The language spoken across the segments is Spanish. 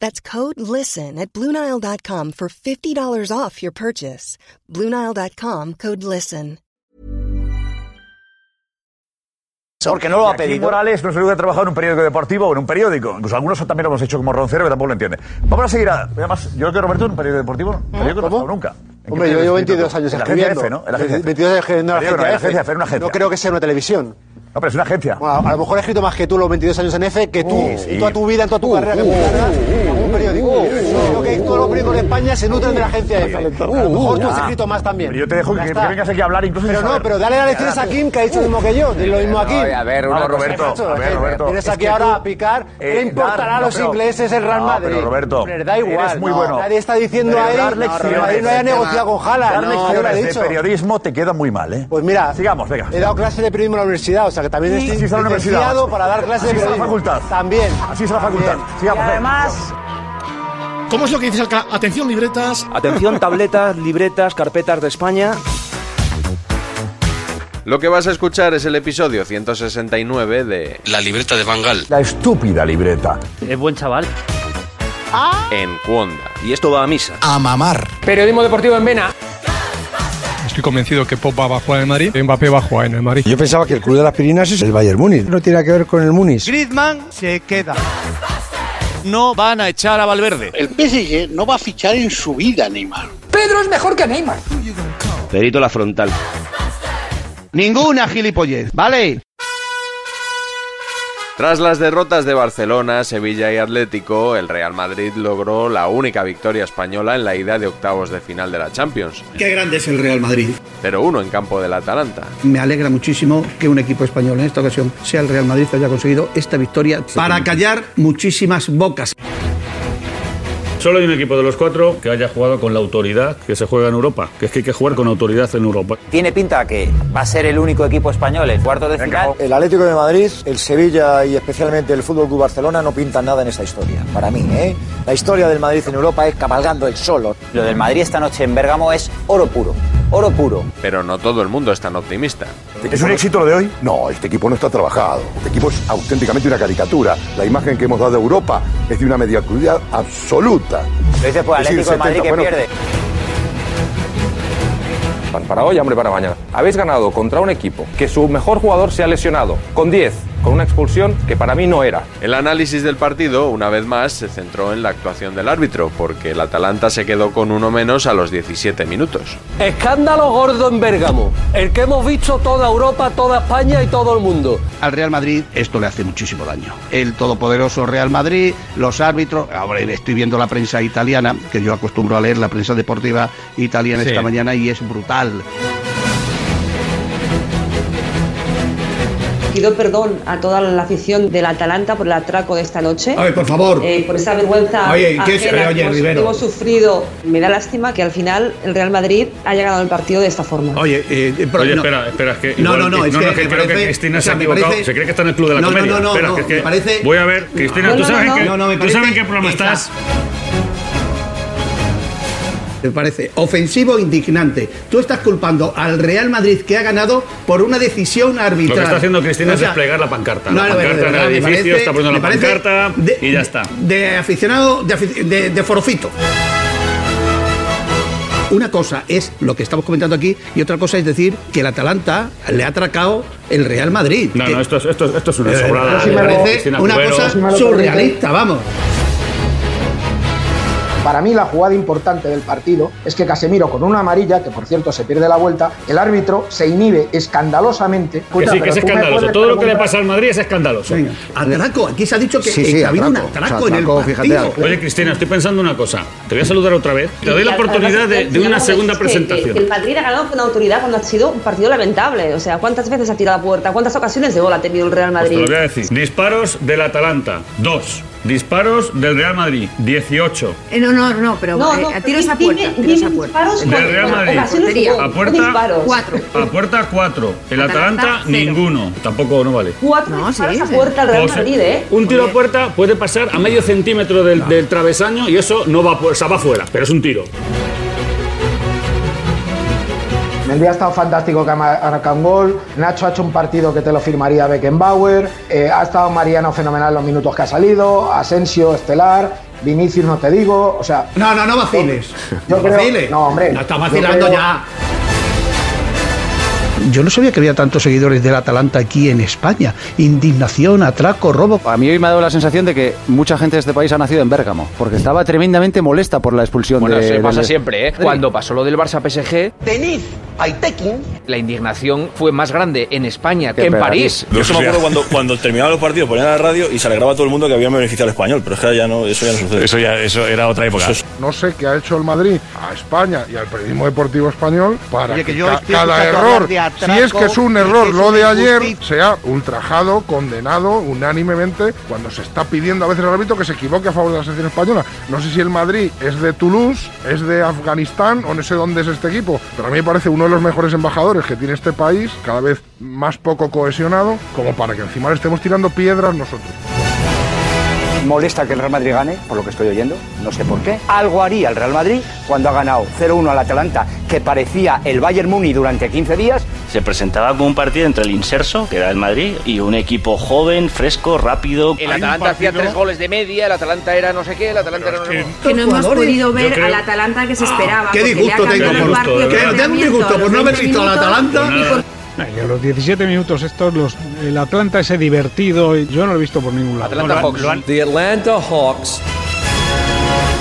That's code LISTEN at Bluenile.com for $50 off your purchase. Bluenile.com code LISTEN. Porque no lo ha Y aquí pedido. Morales no es el único que ha trabajado en un periódico deportivo o en un periódico. Incluso algunos también lo hemos hecho como Roncero, que tampoco lo entiende. Vamos a seguir a. Además, yo creo que Roberto en un periódico deportivo, un periódico no ha estado nunca. ¿En qué Hombre, yo periódico llevo has escrito 22 tú? años En la escribiendo. GDF, ¿no? En la GDF. 22 años escribiendo en la Periódico, no, en la GDF. GDF, en una agencia. No creo que sea una televisión. No, pero es una agencia. Bueno, a lo mejor he escrito más que tú los 22 años en F que tú sí. Uh, en toda tu vida, en toda tu carrera. que en ningún periódico. Creo que todos los periódicos de España se nutren de la agencia F. A lo mejor tú has Uh, ya. escrito más también. Pero yo te dejo Ya que, está. que vengas aquí a hablar incluso sin Pero no, saber. pero dale las lecciones a Kim, que ha dicho lo mismo que yo. Dile lo mismo a Kim. Oye, a ver, una Vamos, cosa, Roberto, macho. a ver, Roberto. Vienes Es eh, aquí que ahora tú- a picar. Eh, ¿Qué le importará dar- a los no, pero- ingleses el Real no, Madrid? pero, Roberto, Hombre, da eres igual. muy no, bueno. Nadie está diciendo Pero ahí. dar no, lecciones. Madrid no haya negociado con Jala. Dar No, lecciones lo he de dicho. periodismo te queda muy mal, ¿eh? Pues mira, Sigamos, venga. he dado clases de periodismo en la universidad, o sea que también Sí, estoy sí, está en la universidad. licenciado para dar clases Así de está la periodismo. facultad. También. Así es la facultad. También. Sigamos. Y venga. además, ¿Cómo es lo que dices, Alcalá? Atención, libretas. Atención, tabletas, libretas, carpetas de España. Lo que vas a escuchar es el episodio 169 de La libreta de Bangal. La estúpida libreta. es buen chaval. En Cuonda. Y esto va a misa. A mamar. Periodismo deportivo en Vena. Estoy convencido que Pop va a jugar en el Madrid. Mbappé va a jugar en el Madrid. Yo pensaba que el club de las Pirinas es el Bayern Múnich. No tiene nada que ver con el Múnich. Griezmann se queda. No van a echar a Valverde. El PSG no va a fichar en su vida, Neymar. Pedro es mejor que Neymar. Perito la frontal. Ninguna gilipollez, ¿vale? Tras las derrotas de Barcelona, Sevilla y Atlético, el Real Madrid logró la única victoria española en la ida de octavos de final de la Champions, Qué grande es el Real Madrid. 0-1 en campo del Atalanta. Me alegra muchísimo que un equipo español en esta ocasión sea el Real Madrid que haya conseguido esta victoria para callar muchísimas bocas. Solo hay un equipo de los cuatro que haya jugado con la autoridad que se juega en Europa. Que es que hay que jugar con autoridad en Europa. Tiene pinta que va a ser el único equipo español en cuartos de final. El Atlético de Madrid, el Sevilla y especialmente el Fútbol Club Barcelona no pintan nada en esa historia. Para mí, ¿eh? La historia del Madrid en Europa es cabalgando el solo. Lo del Madrid esta noche en Bérgamo es oro puro. Oro puro. Pero no todo el mundo es tan optimista. ¿Es un éxito lo de hoy? No, este equipo no está trabajado. Este equipo es auténticamente una caricatura. La imagen que hemos dado a Europa es de una mediocridad absoluta. Lo dices por Es decir, Atlético de Madrid 70, que bueno. pierde. Pan para hoy, hambre para mañana. Habéis ganado contra un equipo que su mejor jugador se ha lesionado, con 10, con una expulsión que para mí no era. El análisis del partido, una vez más, se centró en la actuación del árbitro, porque el Atalanta se quedó con uno menos a los 17 minutos. Escándalo gordo en Bérgamo. El que hemos visto toda Europa, toda España y todo el mundo. Al Real Madrid esto le hace muchísimo daño. El todopoderoso Real Madrid, los árbitros, ahora estoy viendo la prensa italiana, que yo acostumbro a leer la prensa deportiva italiana esta Pues mañana y es brutal. Pido perdón a toda la afición del Atalanta por el atraco de esta noche. A ver, por favor. Eh, por esa vergüenza Oye, ¿qué es- ajena oye, que hemos- Rivero? hemos sufrido. Me da lástima que al final el Real Madrid haya ganado el partido de esta forma. Oye, eh, eh, pero Oye, no. espera, espera, es que. No, igual- no, no, es no, que es que me creo parece- que Cristina o sea, se ha me equivocado. parece- Se cree que está en el club de la No, no, comedia. no, no, Espera, no, que es que- me parece- Voy a ver, Cristina, No, tú no, sabes no. que. No, no, me tú sabes en parece qué programa esa- estás. Me parece ofensivo e indignante. Tú estás culpando al Real Madrid que ha ganado por una decisión arbitral. Lo que está haciendo Cristina O sea, es desplegar la pancarta. no, la no, de pancarta en verdad, el me edificio, parece- está poniendo me la parece pancarta de- y ya está. De Eh, aficionado, de, afic- de- de forofito. Una cosa es lo que estamos comentando aquí y otra cosa es decir que el Atalanta le ha atracado el Real Madrid. No, Que- no, esto es, esto es, esto es una de sobrada. verdad, de me parece Cristina una Cubero. cosa surrealista, vamos. Para mí la jugada importante del partido es que Casemiro con una amarilla, que por cierto se pierde la vuelta, el árbitro se inhibe escandalosamente. Que sí, que es Pero tú me escandaloso. puedes Todo lo que le preguntar- pasa al Madrid es escandaloso. Atraco, aquí se ha dicho que, Sí, eh, sí, que ha habido un atraco. atraco O sea, en el atraco, fíjate, partido. Oye, Cristina, estoy pensando una cosa. Te voy a saludar otra vez. Te doy la Y además oportunidad de, que- de una que- segunda que- que El presentación. Madrid ha ganado con autoridad cuando ha sido un partido lamentable. O sea, ¿cuántas veces ha tirado a puerta? ¿Cuántas ocasiones de gol ha tenido el Real Pues te Madrid? lo voy a decir. Disparos del Atalanta, 2. Disparos del Real Madrid, 18. Eh, No, no, no, pero No, eh, no, a tiros a puerta. tiros a puerta. Del Real Madrid. A puerta, Cuatro. a puerta 4. El Atalanta, Atalanta, ninguno. Tampoco no vale. Cuatro disparos a puerta al Real O sea, Madrid, ¿eh? Un tiro a puerta puede pasar a medio centímetro del, del travesaño y eso no va, pu- o sea, va fuera, pero es un tiro. Mendy ha estado fantástico que ha ma- ha marcado un gol. Nacho ha hecho un partido que te lo firmaría Beckenbauer. Eh, ha estado Mariano fenomenal los minutos que ha salido. Asensio, Estelar. Vinicius, no te digo. O sea. No, no, no vaciles. Yo no creo- vaciles. no, hombre, No estás yo vacilando creo- ya. Yo no sabía que había tantos seguidores del Atalanta aquí en España. Indignación, atraco, robo. A mí hoy me ha dado la sensación de que mucha gente de este país ha nacido en Bérgamo, porque estaba tremendamente molesta por la expulsión Bueno, de... eso pasa del- siempre, ¿eh? Cuando pasó lo del Barça PSG, Tenid, Aitekin. la indignación fue más grande en España que en Pero París. Yo solo me acuerdo cuando, cuando terminaban los partidos, ponían la radio y se alegraba a todo el mundo que habían beneficiado al español, pero es que ahora ya no, eso ya no sucede. Eso ya, eso era otra época. No sé qué ha hecho el Madrid a España y al periodismo deportivo español para Oye, que que, yo ca- estoy cada escuchando error, hablar de atraco, si es que es un que error es lo de una ayer, injusticia. sea ultrajado, condenado unánimemente cuando se está pidiendo a veces al árbitro que se equivoque a favor de la selección española. No sé si el Madrid es de Toulouse, es de Afganistán o no sé dónde es este equipo, pero a mí me parece uno de los mejores embajadores que tiene este país, cada vez más poco cohesionado, como para que encima le estemos tirando piedras nosotros. Molesta que el Real Madrid gane, por lo que estoy oyendo, no sé por qué. Algo haría el Real Madrid cuando ha ganado 0-1 al Atalanta, que parecía el Bayern Muni durante 15 días. Se presentaba como un partido entre el Inserso, que era el Madrid, y un equipo joven, fresco, rápido. El Atalanta hacía tres goles de media, el Atalanta era no sé qué, el Atalanta era no sé qué. Que no hemos Jugadores. podido ver Yo creo- Ah. al Atalanta que se esperaba. qué porque le disgusto ha tengo cambiado por- ¿eh? el partido que- de tengo entrenamiento disgusto a por los no haber 20 visto al minutos Atalanta. y por- Y a los 17 minutos estos, los, el Atlanta ese divertido, y yo no lo he visto por ningún lado. The Atlanta Hawks.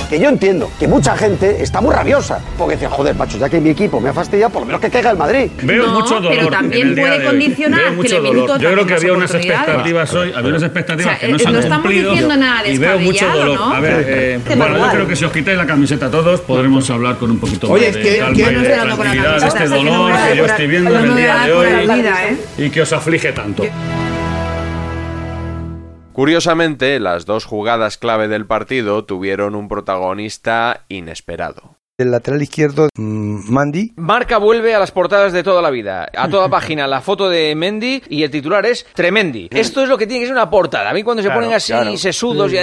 Que yo entiendo que mucha gente está muy rabiosa, porque dice, joder, macho, ya que mi equipo me ha fastidiado, por lo menos que caiga el Madrid. Veo No, mucho dolor. pero también en el día puede de hoy. condicionar Veo que mucho el dolor. minuto Yo creo también que las había unas oportunidades. expectativas hoy, había unas expectativas O sea, que no eh, se han no estamos cumplido. diciendo nada y veo mucho descabellado, dolor. ¿no? A ver, eh, Qué bueno, yo barbaridad. creo que si os quitáis la camiseta todos podremos hablar con un poquito Oye, es más de que- calma que- y no de estoy dando con la tranquilidad de camiseta, este así que no me dolor voy a que yo curar- estoy viendo en no el me voy a día de curar la hoy vida, ¿eh? y que os aflige tanto. Curiosamente, las dos jugadas clave del partido tuvieron un protagonista inesperado. Del lateral izquierdo, mm, Mandy. Marca vuelve a las portadas de toda la vida, a toda página, la foto de Mendy y el titular es Tremendi. Esto es lo que tiene que ser una portada. A mí cuando se Mm. Claro, ponen así claro. Mm. sesudos, y,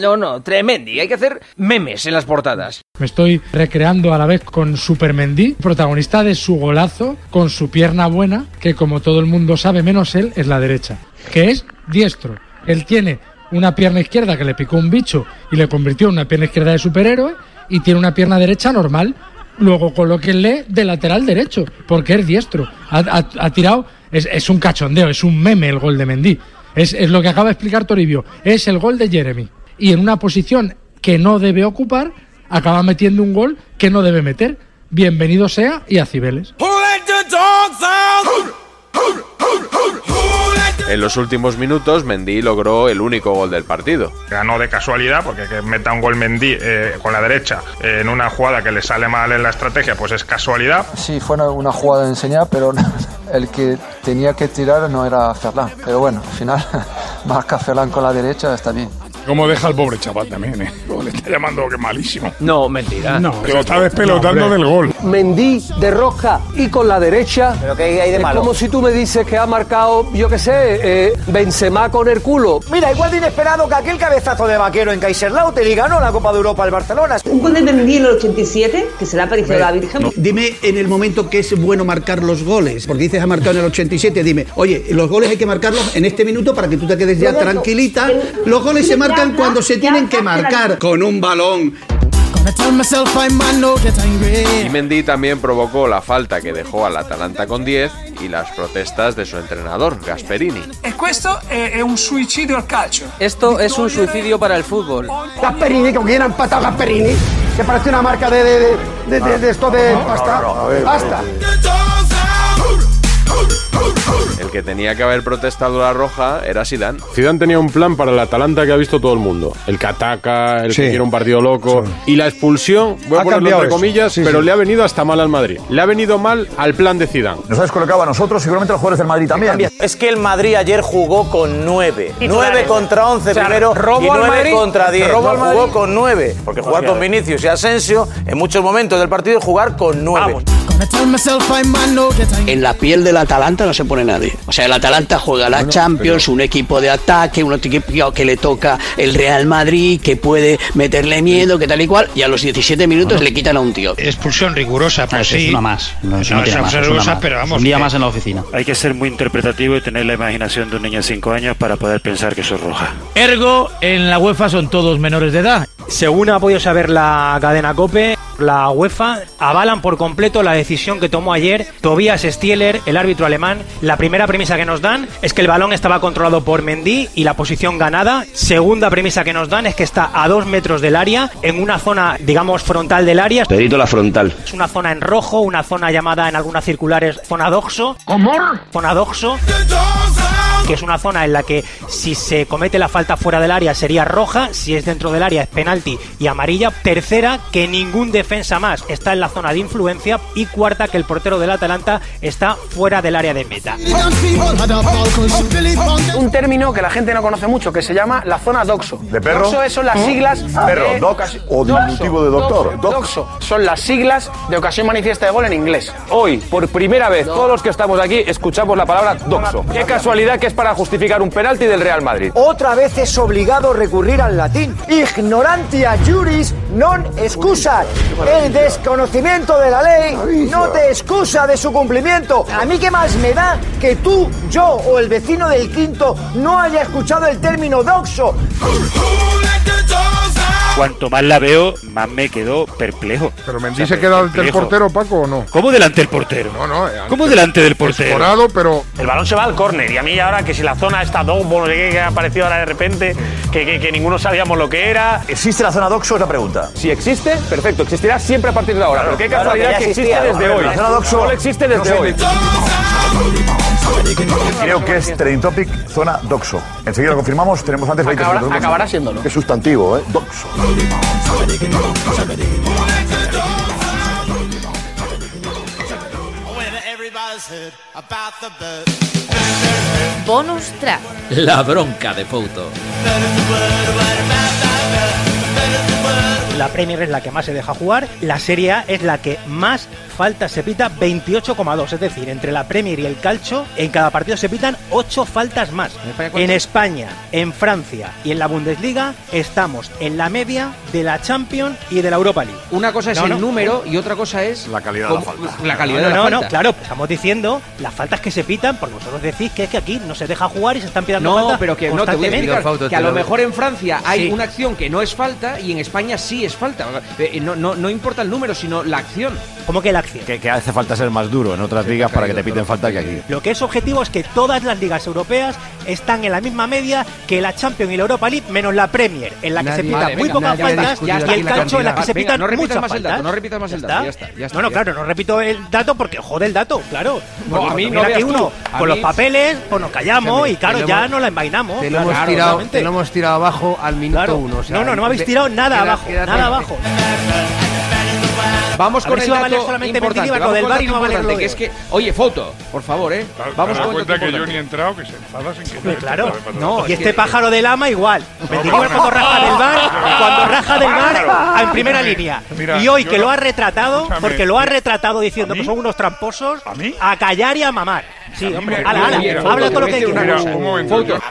no, no, Tremendi. Hay que hacer memes en las portadas. Me estoy recreando a la vez con Supermendí, protagonista de su golazo, con su pierna buena, que como todo el mundo sabe, menos él, es la derecha, que es diestro. Él tiene una pierna izquierda que le picó un bicho y le convirtió en una pierna izquierda de superhéroe, y tiene una pierna derecha normal. Luego colóquenle de lateral derecho, porque es diestro. Ha, ha- ha tirado, es, es un cachondeo, es un meme el gol de Mendy. Es, es lo que acaba de explicar Toribio, es el gol de Jeremy. Y en una posición que no debe ocupar, acaba metiendo un gol que no debe meter. Bienvenido sea y a Cibeles. En los últimos minutos, Mendy logró el único gol del partido. Ganó de casualidad, porque que meta un gol Mendy eh, con la derecha eh, en una jugada que le sale mal en la estrategia, pues es casualidad. Sí, fue una, una jugada de enseñar, pero el que tenía que tirar no era Ferlán. Pero bueno, al final marca Ferlán con la derecha, está bien. ¿Cómo deja al pobre chaval también, eh? Le está llamando que malísimo. No, mentira. No, que lo está despelotando del gol. Mendí de rosca y con la derecha. ¿Pero qué hay de malo? Es como si tú me dices que ha marcado, yo qué sé, eh, Benzema con el culo. Mira, igual de inesperado que aquel cabezazo de vaquero en Kaiserslautern y ganó la Copa de Europa al Barcelona. Un gol de Mendy en el 87, que se le ha aparecido la Virgen. Dime en el momento que es bueno marcar los goles, porque dices ha marcado en el 87, dime, oye, los goles hay que marcarlos en este minuto para que tú te quedes ya Roberto, tranquilita. Los goles se marcan cuando se tienen que marcar. Con un balón I tell myself I might not get angry. Y Mendy también provocó la falta que dejó al Atalanta con 10 y las protestas de su entrenador, Gasperini. E questo è, è un suicidio al calcio. Esto es un suicidio para el fútbol. Gasperini, ¿con quién han empatado Gasperini? Que parece una marca de, de, de, de- de- de esto de pasta. Pasta. El que tenía que haber protestado la roja era Sidán. Zidane tenía un plan para el Atalanta que ha visto todo el mundo. El que ataca, el que quiere un partido loco. Y la expulsión, voy a Ha ponerlo cambiado entre eso. comillas, Sí, pero sí. le ha venido hasta mal al Madrid. Le ha venido mal al plan de Zidane. Nos ha descolocado a nosotros, seguramente a los jugadores del Madrid también. Es que el Madrid ayer jugó con 9. 9 contra 11 O sea, primero robo y al 9 Madrid, contra 10. robo al no, jugó Madrid. con 9. Porque jugar con Vinicius y Asensio en muchos momentos del partido es jugar con 9. Gonna tell myself I might not get angry. En la piel del Atalanta no se pone nadie. O sea, el Atalanta juega la Champions, un equipo de ataque, un equipo que le toca el Real Madrid, que puede meterle miedo, que tal y cual, y a los 17 minutos le quitan a un tío. Expulsión rigurosa, pues es sí. una más. No, es eso no tiene más, es una rigurosa, más. pero vamos. Un día más en la oficina. Hay que ser muy interpretativo y tener la imaginación de un niño de 5 años para poder pensar que eso es roja. Ergo, en la UEFA son todos menores de edad. Según ha podido saber la cadena COPE, la UEFA avalan por completo la decisión que tomó ayer Tobias Stieler, el árbitro alemán. La primera premisa que nos dan es que el balón estaba controlado por Mendy y la posición ganada. Segunda premisa que nos dan es que está a dos metros del área, en una zona, digamos, frontal del área. Perito la frontal. Es una zona en rojo, una zona llamada en algunas circulares zona doxo. ¿Cómo? Zona doxo. Que es una zona en la que si se comete la falta fuera del área sería roja, si es dentro del área es penalti y amarilla. Tercera, que ningún defensa más está en la zona de influencia. Y cuarta, que el portero del Atalanta está fuera del área de meta. Un término que la gente no conoce mucho, que se llama la zona doxo. ¿De perro? Doxo es- son las ¿Mm? siglas Perro, de... doc o diminutivo de doctor. Doxo, doxo. Son las siglas de ocasión manifiesta de gol en inglés. Hoy, por primera vez, todos los que estamos aquí escuchamos la palabra doxo. Qué casualidad que es para justificar un penalti del Real Madrid. Otra vez es obligado recurrir al latín. Ignorantia juris non excusa. El desconocimiento de la ley no te excusa de su cumplimiento. A mí qué más me da que tú, yo o el vecino del quinto no haya escuchado el término doxo. Cuanto más la veo, más me quedo perplejo. Pero Mendy se queda delante del portero, Paco, o no? ¿Cómo delante del portero? No, no, eh, ¿Cómo antes- delante del portero? Escorado, pero El balón se va al córner y a mí ahora que si la zona está dombo, no sé qué, que ha aparecido ahora de repente, que, que- que ninguno sabíamos lo que era. ¿Existe la zona doxo? Es la pregunta. Si existe, perfecto, existirá siempre a partir de ahora. pero qué claro, casualidad que ya que, existe existía. desde La hoy. zona doxo Solo existe no desde se hoy. Creo que es Trending Topic zona doxo. Enseguida lo confirmamos, tenemos antes la Acabará- interpretación. acabará siéndolo. Qué sustantivo, ¿eh? Doxo. Bonus track. La bronca de Fouto. La Premier es la que más se deja jugar, la Serie A es la que más faltas se pita, 28,2. Es decir, entre la Premier y el Calcio, en cada partido se pitan 8 faltas más. En España, en Francia y en la Bundesliga estamos en la media de la Champions y de la Europa League. Una cosa es No, el no. número y otra cosa es la calidad de la falta. La calidad no, de la no, falta. no, claro, estamos diciendo las faltas que se pitan, porque vosotros decís que es que aquí no se deja jugar y se están pitando No, faltas pero que no te voy a constantemente. explicar, que a lo mejor en Francia hay Sí. una acción que no es falta y en España sí es falta. Eh, No, no, no importa el número, sino la acción. ¿Cómo que la acción? Que, que hace falta ser más duro en otras ligas para que te piten falta que aquí. Lo que es objetivo es que todas las ligas europeas están en la misma media que la Champions y la Europa League, menos la Premier, en la que Nadie- se pitan Vale, muy venga, pocas nadie ha faltas discutido y aquí el la calcio en la que cantidad. se Venga, pitan no repitas muchas más el faltas. dato, no repitas más el ¿Ya está? dato, ya está, ya está, No, no, ya claro, no repito el dato porque jode el dato, claro. No, Porque a mí cuando no viene aquí veas uno tú, a con los mí- papeles, pues nos callamos Escúchame, y claro, te lo ya hemos- no la envainamos. te lo hemos Claro, tirado- obviamente. te lo hemos tirado abajo al minuto Claro. uno. o sea, No, no, no me habéis de- tirado nada queda- abajo, queda- nada abajo. Vamos A con ver el si va a valer dato solamente importante, Mendilibar, lo vamos del con VAR el y no va a valer importante, lo que de- es que, oye, foto, por favor, eh. Vamos te das con el cuenta dato que yo importante. ni he entrado, que se enfada sin que Hombre, claro. No, y es este que- pájaro del ama igual. Mendilibar cuando raja del bar, cuando raja del bar en primera línea. Mira, y hoy yo que no- lo ha retratado, Escúchame. porque lo ha retratado diciendo que son unos tramposos, ¿A, callar y a mamar. Sí, hombre, me- ala, ala, Mira, habla Fouto, todo lo que te voy a decir quieras. una cosa. Un momento, Fouto.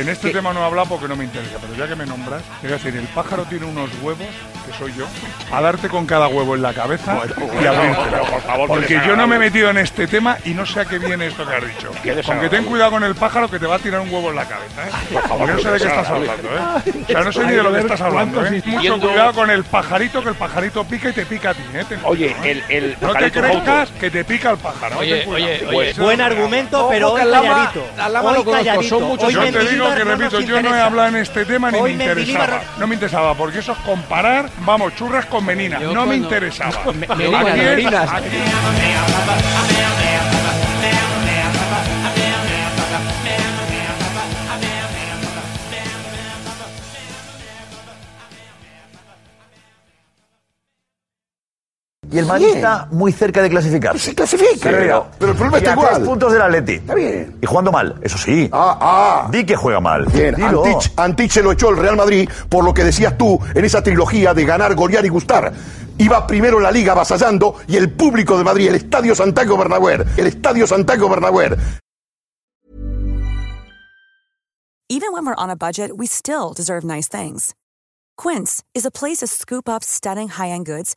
En este tema no he hablado porque no me interesa, pero ya que me me nombras, te voy a decir, el pájaro tiene unos huevos, que soy yo, a darte con cada huevo en la cabeza y bueno, abrirte. pero por favor, que Porque les yo haga no me he algo. metido en este tema y no sé a qué viene esto que has dicho. Que les Con haga que ten algo. cuidado con el pájaro que te va a tirar un huevo en la cabeza, ¿eh? por favor, Porque no sé que de qué les haga estás algo. hablando, ¿eh? O sea, no sé ni de lo que estás hablando, ¿eh? Mucho cuidado con el pajarito, que el pajarito pica y te pica a ti, ¿eh? Ten Oye, cuidado, ¿eh? el, el No te pajarito creas que te pica el pájaro. Oye, ten cuidado. oye, oye. Pues, Buen no, argumento, no, pero no, hoy la lama- calladito. la lama Hoy lo conozco, son calladito. muchos- Hoy Yo te Mendilibar digo que, no nos repito, yo no he interesa. hablado en este tema ni Hoy me Mendilibar- interesaba. No me interesaba, porque eso es comparar, vamos, churras con meninas. Yo No cuando- me interesaba. Me- me Aquí digo cuando es- orinas. aquí- Y el Madrid está muy cerca de clasificarse. Pues Se clasifica. Pero- pero el problema y está a igual. tres puntos del Atleti. Está bien. Y jugando mal, eso sí. Ah, ah. Di que juega mal. Bien, Dilo. Antich, Antich se lo echó el Real Madrid por lo que decías tú en esa trilogía de ganar, golear y gustar. Iba primero la liga avasallando y el público de Madrid, el Estadio Santiago Bernabéu, el Estadio Santiago Bernabéu, even when we're on a budget, we still deserve nice things. Quince is a place to scoop up stunning high-end goods